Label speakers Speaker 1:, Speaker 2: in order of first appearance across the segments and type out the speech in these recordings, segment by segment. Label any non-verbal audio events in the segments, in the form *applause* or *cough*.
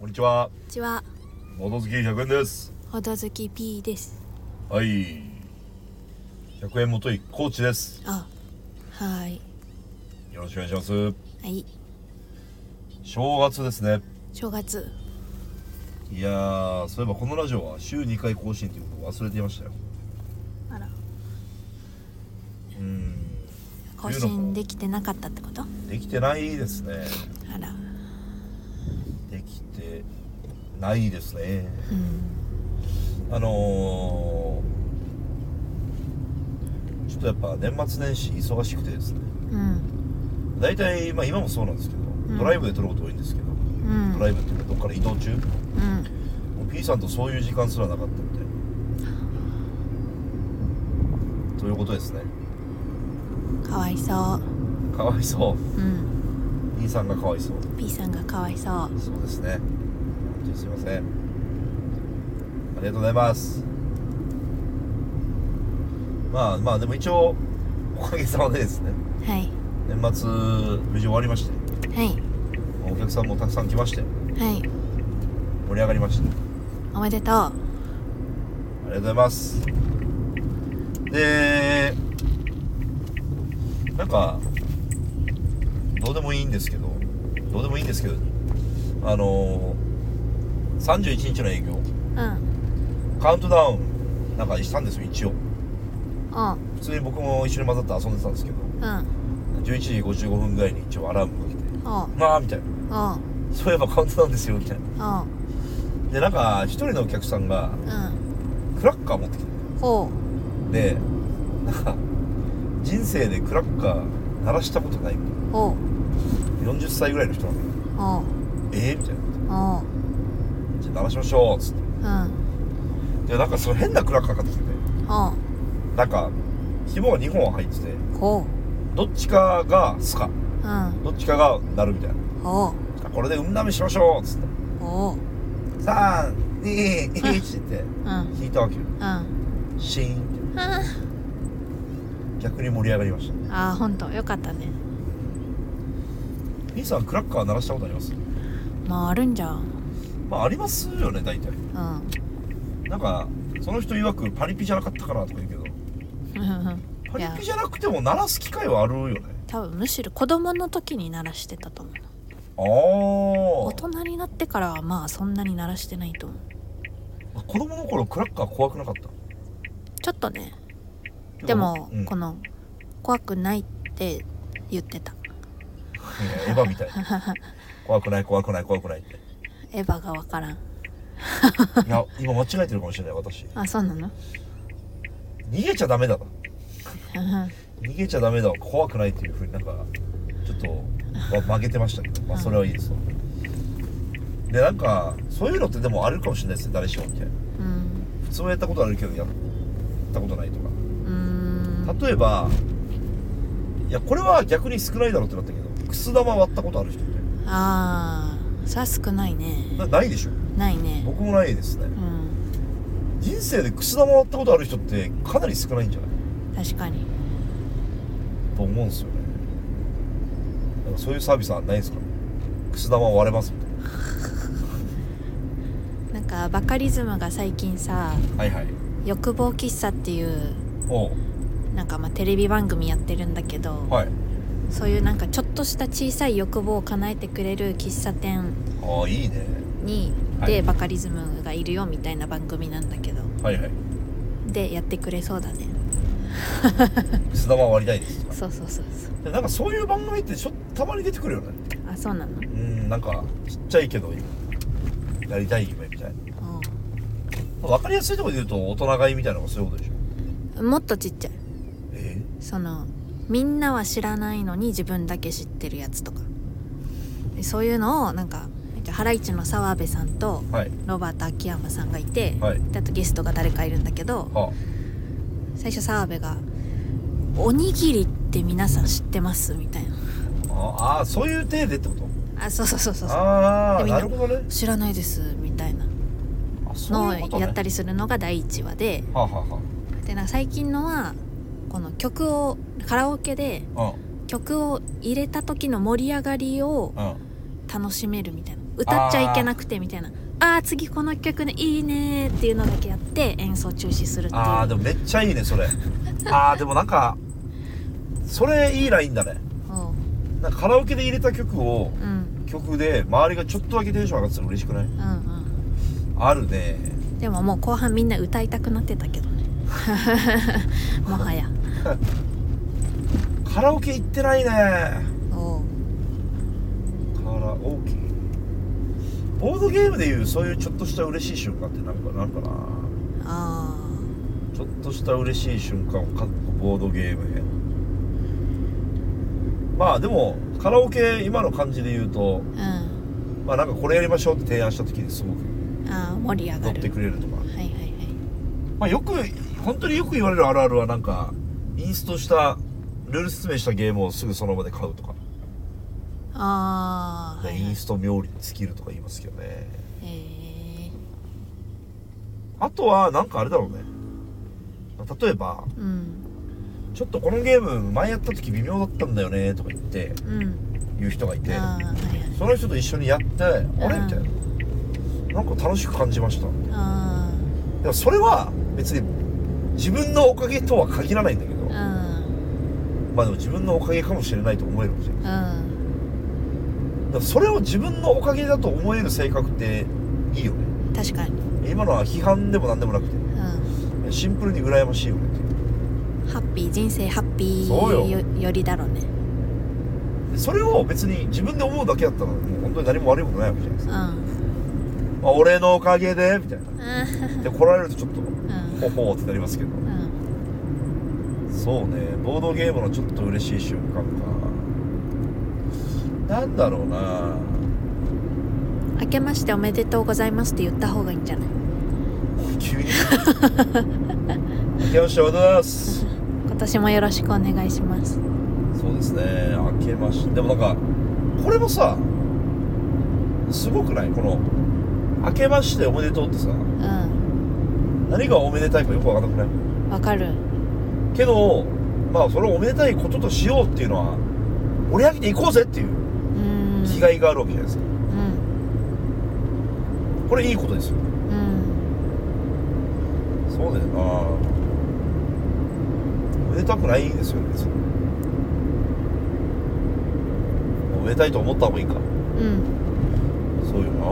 Speaker 1: こんにちは。
Speaker 2: こんにちは、
Speaker 1: 元月100円です。
Speaker 2: ほどずき P です。
Speaker 1: はい。100円元いコーチです。
Speaker 2: あ、はい、
Speaker 1: よろしくお願いします。
Speaker 2: はい、
Speaker 1: 正月ですね。
Speaker 2: 正月。
Speaker 1: いやー、そういえばこのラジオは週2回更新ということを忘れていましたよ。
Speaker 2: あら、
Speaker 1: うーん。
Speaker 2: 更新できてなかったってこと？あ
Speaker 1: できてないですね。
Speaker 2: ら、
Speaker 1: できてないですね。
Speaker 2: うん、
Speaker 1: あのー、ちょっとやっぱ年末年始忙しくてですね。
Speaker 2: うん、
Speaker 1: 大体、まあ今もそうなんですけど、
Speaker 2: ん
Speaker 1: ドライブで撮ること多いんですけど、
Speaker 2: うん、
Speaker 1: ドライブっていうかどっから移動中
Speaker 2: うん、
Speaker 1: もう P さんとそういう時間すらなかったみたいなということですね
Speaker 2: かわいそ。
Speaker 1: かわいそう
Speaker 2: うん、
Speaker 1: う P さんがかわいそう
Speaker 2: P さんがかわいそう。
Speaker 1: そうですね本当にすいませんありがとうございますまあまあでも一応おかげさまでですね
Speaker 2: はい、
Speaker 1: 年末無事終わりまして
Speaker 2: はい、
Speaker 1: お客さんもたくさん来まして
Speaker 2: はい、
Speaker 1: 盛り上がりました
Speaker 2: おめでとう。
Speaker 1: ありがとうございます。で、なんか、どうでもいいんですけど、どうでもいいんですけど、あのー、31日の営業、
Speaker 2: うん、
Speaker 1: カウントダウンなんかしたんですよ、一応。
Speaker 2: うん、
Speaker 1: 普通に僕も一緒に混ざって遊んでたんですけど、
Speaker 2: うん、
Speaker 1: 11時55分ぐらいに一応アラームかけて、
Speaker 2: おう、
Speaker 1: まあ、みたいな。
Speaker 2: おう、
Speaker 1: そういえばカウントダウンですよ、みたいな。
Speaker 2: おう、
Speaker 1: で、なんか、一人のお客さんが、
Speaker 2: うん、
Speaker 1: クラッカー持ってきて、
Speaker 2: ほ、
Speaker 1: でなんか人生でクラッカー鳴らしたことないう
Speaker 2: ほ
Speaker 1: 40歳ぐらいの人なの
Speaker 2: う、おう、
Speaker 1: ええみたいな
Speaker 2: おう、
Speaker 1: じゃあ鳴らしましょうっつって
Speaker 2: うん、
Speaker 1: でなんかその変なクラッカー買ってきて
Speaker 2: おう、
Speaker 1: なんか紐が2本入ってて
Speaker 2: ほ
Speaker 1: どっちかがスカ
Speaker 2: う、うん、
Speaker 1: どっちかが鳴るみたいな
Speaker 2: ほう、
Speaker 1: あこれで運試しましょうっつって
Speaker 2: ほう、
Speaker 1: 321って
Speaker 2: うん、
Speaker 1: 引いたわけよ
Speaker 2: うん。
Speaker 1: シーンって
Speaker 2: あ
Speaker 1: 逆に盛り上がりました
Speaker 2: あ、本当よかったね。
Speaker 1: 兄さんクラッカー鳴らしたことあります
Speaker 2: まああるんじゃん。
Speaker 1: まあありますよね大体
Speaker 2: うん。
Speaker 1: なんかその人曰くパリピじゃなかったからとか言うけどパリピじゃなくても鳴らす機会はあるよね
Speaker 2: 多分むしろ子供の時に鳴らしてたと思うな
Speaker 1: ああ
Speaker 2: 大
Speaker 1: 子
Speaker 2: 人になってからはまあそんなに鳴らしてないと思う
Speaker 1: 供の頃クラッカー怖くなかった
Speaker 2: ちょっとねでも、
Speaker 1: うん
Speaker 2: この「怖くない」って言ってた
Speaker 1: いやエヴァ
Speaker 2: *laughs*
Speaker 1: みたい怖くない怖くない怖くないってい
Speaker 2: エヴァがわからん
Speaker 1: や今間違えてるかもしれない私
Speaker 2: あそうなの
Speaker 1: 逃げちゃダメだな
Speaker 2: *laughs*
Speaker 1: 逃げちゃダメだ怖くないっていうふうになんかちょっとわ曲げてましたけどまあそれはいいですわでなんかそういうのってでもあるかもしれないですね誰しもみたいな
Speaker 2: うん
Speaker 1: 普通はやったことあるけどやったことないとか
Speaker 2: うーん
Speaker 1: 例えばいやこれは逆に少ないだろうってなったけどくす玉割ったことある人って
Speaker 2: ああさ少ないね
Speaker 1: なないでしょ
Speaker 2: ないね
Speaker 1: 僕もないですね
Speaker 2: うん
Speaker 1: 人生でくす玉割ったことある人ってかなり少ないんじゃない
Speaker 2: 確かに
Speaker 1: と思うんですよねなんかそういうサービスはないですかくす玉割れますみたい
Speaker 2: なんかバカリズムが最近さ
Speaker 1: なはいはい
Speaker 2: 「欲望喫茶」っていう
Speaker 1: おう
Speaker 2: なんかまあテレビ番組やってるんだけど、
Speaker 1: はい
Speaker 2: そういうなんかちょっとした小さい欲望を叶えてくれる喫茶店
Speaker 1: ああいいね
Speaker 2: に
Speaker 1: はい
Speaker 2: で、バカリズムがいるよみたいな番組なんだけど
Speaker 1: はいはい
Speaker 2: でやってくれそうだね
Speaker 1: くす玉割りたいですとか
Speaker 2: そうそうそうそう
Speaker 1: でなんかそういう番組ってちょたまに出てくるよね
Speaker 2: あそうなのうん
Speaker 1: うんなんかちっちゃいけどやりたい夢みたいな分かりやすいところで言うと大人買いみたいなのがそういうことでしょ
Speaker 2: もっとちっちゃい
Speaker 1: え
Speaker 2: そのみんなは知らないのに自分だけ知ってるやつとかでそういうのをなんかハライチの澤部さんと
Speaker 1: はい
Speaker 2: ロバート秋山さんがいて、
Speaker 1: はい
Speaker 2: であとゲストが誰かいるんだけど
Speaker 1: は
Speaker 2: 最初澤部が「おにぎりって皆さん知ってます?」みたいな
Speaker 1: ああーそういう体でってこと
Speaker 2: あそうそうそうそうそう
Speaker 1: ああ
Speaker 2: でみん
Speaker 1: な
Speaker 2: な
Speaker 1: るほどね
Speaker 2: 知らないですみたいな
Speaker 1: あ
Speaker 2: の
Speaker 1: そういうこと
Speaker 2: を
Speaker 1: ね
Speaker 2: やったりするのが第1話で
Speaker 1: はあ、は
Speaker 2: でなんか最近のはこの曲をカラオケで
Speaker 1: あは
Speaker 2: 曲を入れた時の盛り上がりを
Speaker 1: あ、うん
Speaker 2: 楽しめるみたいな歌っちゃいけなくてみたいなあー次この曲ねいいねーっていうのだけやって演奏中止するってい
Speaker 1: あーで
Speaker 2: う
Speaker 1: もめっちゃいいね
Speaker 2: *laughs*
Speaker 1: それあーでもなんかそれいいラインだね
Speaker 2: おう
Speaker 1: なんかカラオケで入れた曲を
Speaker 2: うん
Speaker 1: 曲で周りがちょっとだけテンション上がってたら嬉しくない
Speaker 2: うんうん
Speaker 1: あるね
Speaker 2: でももう後半みんな歌いたくなってたけどね *laughs* もはや
Speaker 1: カラオケ行ってないね
Speaker 2: おう
Speaker 1: カラオケボードゲームでいうそういうちょっとした嬉しい瞬間ってなんかなんかな
Speaker 2: あー
Speaker 1: ちょっとした嬉しい瞬間をかっこボードゲーム編まあでもカラオケ今の感じで言うと
Speaker 2: うん
Speaker 1: まあなんかこれやりましょうって提案した時にすごく
Speaker 2: あー盛り上
Speaker 1: 乗
Speaker 2: が
Speaker 1: って
Speaker 2: る
Speaker 1: くれるとか
Speaker 2: はいはいはい
Speaker 1: まあよく本当によく言われるあるあるはなんかインストしたルール説明したゲームをすぐその場で買うとか、
Speaker 2: ああ、はいはい
Speaker 1: インスト冥利に尽きるとか言いますけどね
Speaker 2: えー
Speaker 1: あとはなんかあれだろうね例えば
Speaker 2: うん
Speaker 1: ちょっとこのゲーム前やった時微妙だったんだよねとか言って
Speaker 2: うん
Speaker 1: 言う人がいて
Speaker 2: ああはいはい
Speaker 1: その人と一緒にやってあれみたいな
Speaker 2: う
Speaker 1: なんか楽しく感じました
Speaker 2: あ
Speaker 1: でもそれは別に自分のおかげとは限らないんだけど
Speaker 2: あうん
Speaker 1: まあでも自分のおかげかもしれないと思えるかもしれない
Speaker 2: うん
Speaker 1: だからそれを自分のおかげだと思える性格っていいよね
Speaker 2: 確かに
Speaker 1: 今のは批判でも何でもなくて
Speaker 2: うん
Speaker 1: シンプルに羨ましいよねっていう
Speaker 2: ハッピー人生ハッピ
Speaker 1: そうよ
Speaker 2: ーよよりだろうね
Speaker 1: でそれを別に自分で思うだけだったらもう本当に何も悪いことないわけじゃないです
Speaker 2: うん *laughs*
Speaker 1: か、
Speaker 2: あ
Speaker 1: まあ、俺のおかげでみたいな
Speaker 2: ー
Speaker 1: で来られるとちょっと
Speaker 2: うん
Speaker 1: ほほーってなりますけど
Speaker 2: うん
Speaker 1: そうねボードゲームのちょっと嬉しい瞬間かなんだろうな
Speaker 2: 明けましておめでとうございますって言った方がいいんじゃない
Speaker 1: 急に明けましておめでとうございます
Speaker 2: 今年もよろしくお願いします
Speaker 1: そうですね明けましてでもなんかこれもさすごくないこの「明けましておめでとう」ってさ
Speaker 2: うん
Speaker 1: 何がおめでたいかよく分かんなくない
Speaker 2: わかる
Speaker 1: けどまあそれをおめでたいこととしようっていうのは盛り上げていこうぜっていう
Speaker 2: うん
Speaker 1: 気概があるわけじゃないですか、
Speaker 2: うん
Speaker 1: これいいことですよ
Speaker 2: うん
Speaker 1: そうだよなおめでたくないですよね別におめでたいと思った方がいいか
Speaker 2: うん
Speaker 1: そうよな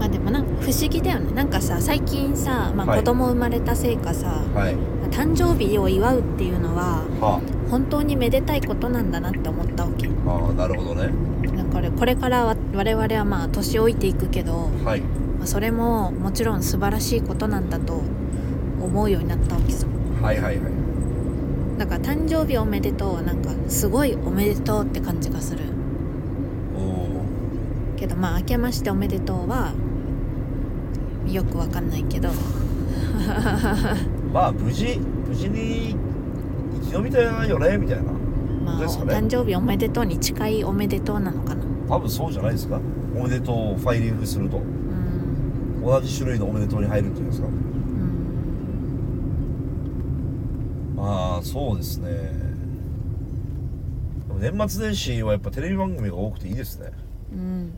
Speaker 2: まあでもなんか不思議だよねなんかさ最近さ、ま
Speaker 1: は
Speaker 2: あ、
Speaker 1: い
Speaker 2: 子供生まれたせいかさ、
Speaker 1: はい
Speaker 2: 誕生日を祝うっていうのは
Speaker 1: は
Speaker 2: 本当にめでたいことなんだなって思ったわけ
Speaker 1: あああなるほどね
Speaker 2: だからこれからは我々はまあ年老いていくけど、
Speaker 1: はい
Speaker 2: まあ、それももちろん素晴らしいことなんだと思うようになったわけさ
Speaker 1: はいはいはい
Speaker 2: だから誕生日おめでとうはなんかすごいおめでとうって感じがする
Speaker 1: おお
Speaker 2: けどまあ明けましておめでとうはよくわかんないけど
Speaker 1: まあ無事無事に生き延びたよねみたいな
Speaker 2: まあ、
Speaker 1: ですかね
Speaker 2: 誕生日おめでとうに近いおめでとうなのかな
Speaker 1: 多分そうじゃないですかおめでとうをファイリングすると
Speaker 2: うん
Speaker 1: 同じ種類のおめでとうに入るんじゃないですか
Speaker 2: うん
Speaker 1: まあそうですねでも年末年始はやっぱテレビ番組が多くていいですね
Speaker 2: うん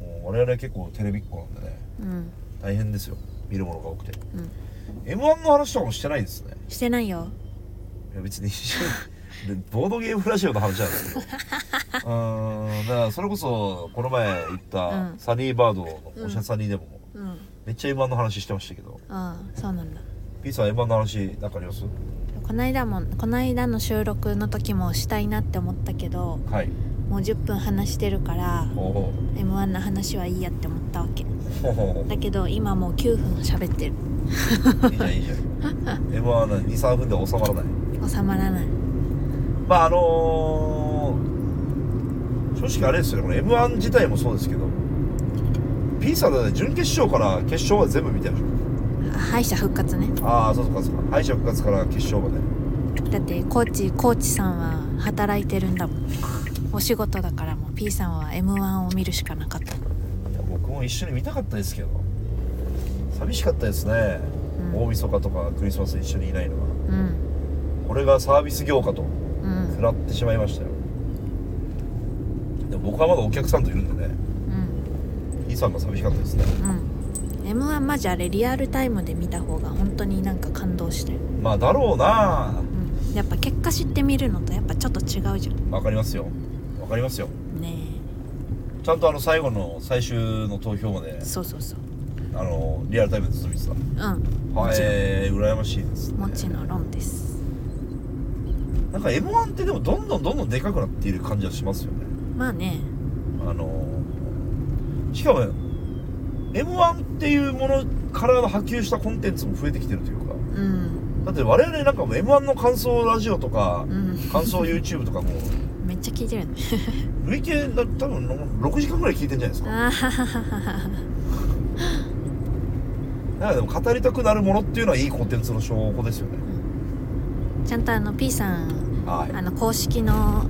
Speaker 1: もう我々結構テレビっ子なんでね
Speaker 2: うん
Speaker 1: 大変ですよ見るものが多くて
Speaker 2: うん
Speaker 1: m 1の話とかもしてないですね
Speaker 2: してないよ
Speaker 1: いや別に *laughs* でボードゲームラジオの話なんですけどうーんだからそれこそこの前行っ
Speaker 2: う
Speaker 1: た
Speaker 2: ん
Speaker 1: サニーバードのおしゃさにでも
Speaker 2: うん
Speaker 1: めっちゃ m 1の話してましたけど
Speaker 2: ああそうなんだ
Speaker 1: P さん m 1の話なんかあります
Speaker 2: こないだもこないだの収録の時もしたいなって思ったけど
Speaker 1: はい
Speaker 2: もう10分話してるから
Speaker 1: おお
Speaker 2: m 1の話はいいやって思ったわけ
Speaker 1: ほほ
Speaker 2: だけど今もう9分喋ってる
Speaker 1: いいじゃんいいじゃん *laughs* m 1は23分では収まらない
Speaker 2: 収まらない
Speaker 1: まああのー正直あれですよねこれ m 1自体もそうですけど P さんだって準決勝から決勝は全部見てるでし
Speaker 2: あ敗者復活ね
Speaker 1: ょああそうそうかそうか敗者復活から決勝まで
Speaker 2: だってコーチコーチさんは働いてるんだもんお仕事だからもう P さんは m 1を見るしかなかった
Speaker 1: いや僕も一緒に見たかったですけど寂しかったですね、
Speaker 2: うん
Speaker 1: 大晦日とかクリスマス一緒にいないのが
Speaker 2: うん
Speaker 1: これがサービス業かと
Speaker 2: うん
Speaker 1: 食らってしまいましたよででも僕はまだお客さんといるんでね
Speaker 2: うん
Speaker 1: イさんが寂しかったですね
Speaker 2: うん m 1マジあれリアルタイムで見た方が本当になんか感動してる、
Speaker 1: まあだろうな
Speaker 2: うん、やっぱ結果知ってみるのとやっぱちょっと違うじゃ
Speaker 1: わかりますよわかりますよ
Speaker 2: んね
Speaker 1: ちゃんとあの最後の最終の投票まで
Speaker 2: えそうそうそう
Speaker 1: あのリアルタイムでずっと見てた
Speaker 2: うんも
Speaker 1: は
Speaker 2: ちろん、
Speaker 1: い羨ましいですね
Speaker 2: もちろん論です
Speaker 1: なんか m 1ってでもどんどんどんどんでかくなっている感じはしますよね
Speaker 2: まあね
Speaker 1: あのしかも m 1っていうものから波及したコンテンツも増えてきてるというか
Speaker 2: うん
Speaker 1: だって我々なんかも m 1の感想ラジオとか
Speaker 2: うん
Speaker 1: 感想 YouTube とかも
Speaker 2: めっちゃ聞いてるね *laughs*
Speaker 1: 累計だ多分6時間ぐらい聞いてんじゃないですか
Speaker 2: あはははは
Speaker 1: なんかでも語りたくなるものっていうのはいいコンテンツの証拠ですよね
Speaker 2: ちゃんとあの P さん
Speaker 1: はい
Speaker 2: あの公式の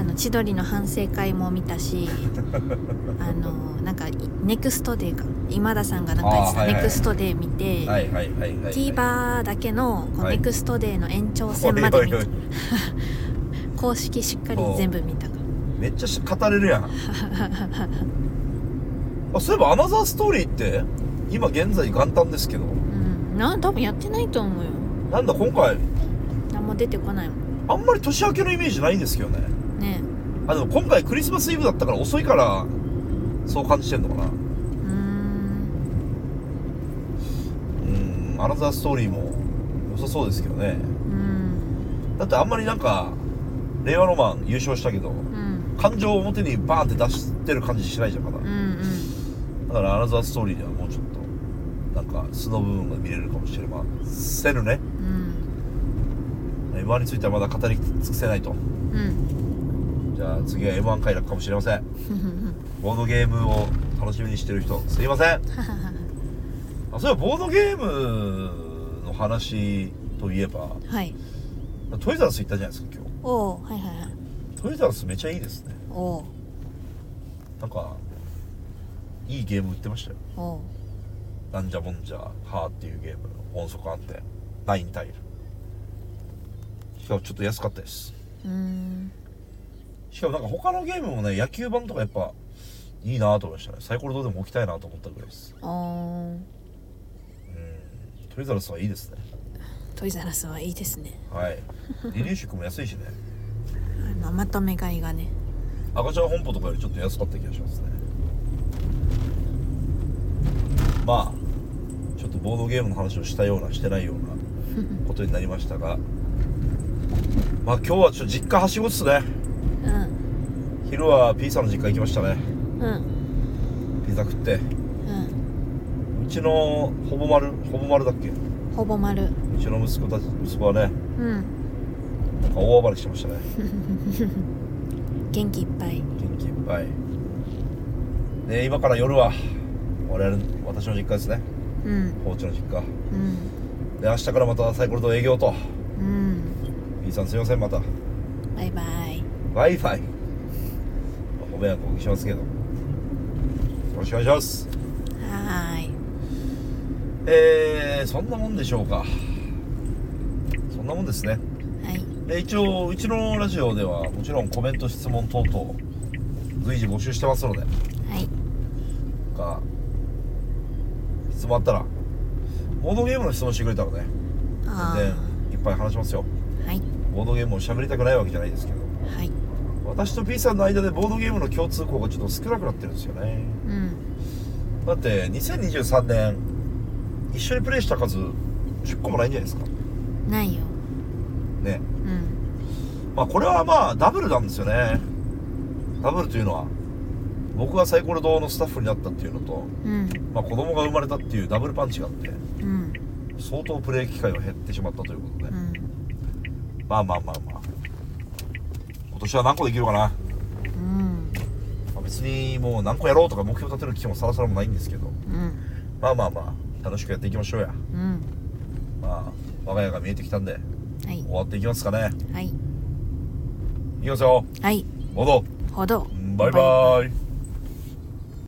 Speaker 2: あの千鳥の反省会も見たしあのなんかいネクストデーか今田さんがなんか言ってた、
Speaker 1: あーはいはい
Speaker 2: ネクストデー見て、
Speaker 1: はいはいはいはい
Speaker 2: TVer だけのこう、
Speaker 1: はい
Speaker 2: ネクストデーの延長
Speaker 1: お
Speaker 2: 戦
Speaker 1: い
Speaker 2: まで見
Speaker 1: おいおい
Speaker 2: た公式しっかり全部見たから
Speaker 1: めっちゃし語れるやんあそういえばアナザーストーリーって今現在元旦ですけど
Speaker 2: うんなん多分やってないと思うよ
Speaker 1: なんだ今回
Speaker 2: 何も出てこないもん
Speaker 1: あんまり年明けのイメージないんですけどね
Speaker 2: ね
Speaker 1: あでも今回クリスマスイブだったから遅いからそう感じてんのかな
Speaker 2: うーん
Speaker 1: うんアナザーストーリーも良さそうですけどね
Speaker 2: うん
Speaker 1: だってあんまりなんか令和ロマン優勝したけど
Speaker 2: うん
Speaker 1: 感情を表にバーンって出してる感じしないじゃんまだ
Speaker 2: うんうん
Speaker 1: だからアナザーストーリーではもうちょっとなんか素の部分が見れるかもしれませぬね
Speaker 2: うん
Speaker 1: 今についてはまだ語り尽くせないと
Speaker 2: うん
Speaker 1: じゃあ次は m 1快楽かもしれませんボードゲームを楽しみにしてる人すいませんあそういえばボードゲームの話といえば
Speaker 2: はい
Speaker 1: トイザらス行ったじゃないですか今
Speaker 2: おおはいはいはい
Speaker 1: 日トイザらスめちゃいいですね
Speaker 2: おお
Speaker 1: なんかいいゲーム売ってましたよ
Speaker 2: おお
Speaker 1: なんじゃもんじゃハーっていうゲーム音速安定ナインタイルしかもちょっと安かったです
Speaker 2: うーん
Speaker 1: しかもなんか他のゲームもね野球版とかやっぱいいなと思いましたねサイコロどうでも置きたいなと思ったぐらいです
Speaker 2: おー
Speaker 1: うんトリザラスはいいですね
Speaker 2: トイザラスはいいですね
Speaker 1: はい離乳食も安いしね
Speaker 2: あのまとめ買いがね
Speaker 1: 赤ちゃん本舗とかよりちょっと安かった気がしますねまあちょっとボードゲームの話をしたようなしてないようなことになりましたがまあ今日はちょっと実家はしごっすね
Speaker 2: うん
Speaker 1: 昼は P さんの実家行きましたね
Speaker 2: うん
Speaker 1: ピザ食って
Speaker 2: うん
Speaker 1: うちのほぼ丸ほぼ丸だっけう
Speaker 2: ほぼ丸
Speaker 1: ちの息子たち息子はね
Speaker 2: うん
Speaker 1: なんか大暴れしてましたね
Speaker 2: 元気いっぱい
Speaker 1: 元気いっぱいで今から夜は我々の私の実家ですね
Speaker 2: うん
Speaker 1: 高知の実家
Speaker 2: うん
Speaker 1: で明日からまたサイコロと営業と
Speaker 2: うん
Speaker 1: P さんすいませんまた
Speaker 2: バイバイ
Speaker 1: w i f i ご迷惑おかけしますけどよろしくお願いします
Speaker 2: はーい
Speaker 1: えー、そんなもんでしょうかそんなもんですね
Speaker 2: はい
Speaker 1: で一応うちのラジオではもちろんコメント質問等々随時募集してますので
Speaker 2: はい
Speaker 1: なんか質問あったらボードゲームの質問してくれたらね
Speaker 2: あ
Speaker 1: 全然いっぱい話しますよ
Speaker 2: ーはい
Speaker 1: ボードゲームを喋りたくないわけじゃないですけど
Speaker 2: はい
Speaker 1: 私と P さんの間でボードゲームの共通項がちょっと少なくなってるんですよね
Speaker 2: うん
Speaker 1: だって2023年一緒にプレイした数10個もないんじゃないですか
Speaker 2: ないよ
Speaker 1: ね
Speaker 2: うん
Speaker 1: まあこれはまあダブルなんですよねダブルというのは僕がサイコロ堂のスタッフになったっていうのと、
Speaker 2: うん
Speaker 1: まあ、子供が生まれたっていうダブルパンチがあって
Speaker 2: うん
Speaker 1: 相当プレイ機会は減ってしまったということで、
Speaker 2: うん
Speaker 1: まあまあまあまあ今年は何個できるかな、ま
Speaker 2: うん
Speaker 1: あ別にもう何個やろうとか目標立てる気もさらさらもないんですけど
Speaker 2: うん
Speaker 1: まあまあまあ楽しくやっていきましょうや
Speaker 2: うん
Speaker 1: まあ我が家が見えてきたんで
Speaker 2: はい
Speaker 1: 終わっていきますかね
Speaker 2: はい
Speaker 1: いきますよ
Speaker 2: はい
Speaker 1: ボード
Speaker 2: ほど
Speaker 1: バイバイ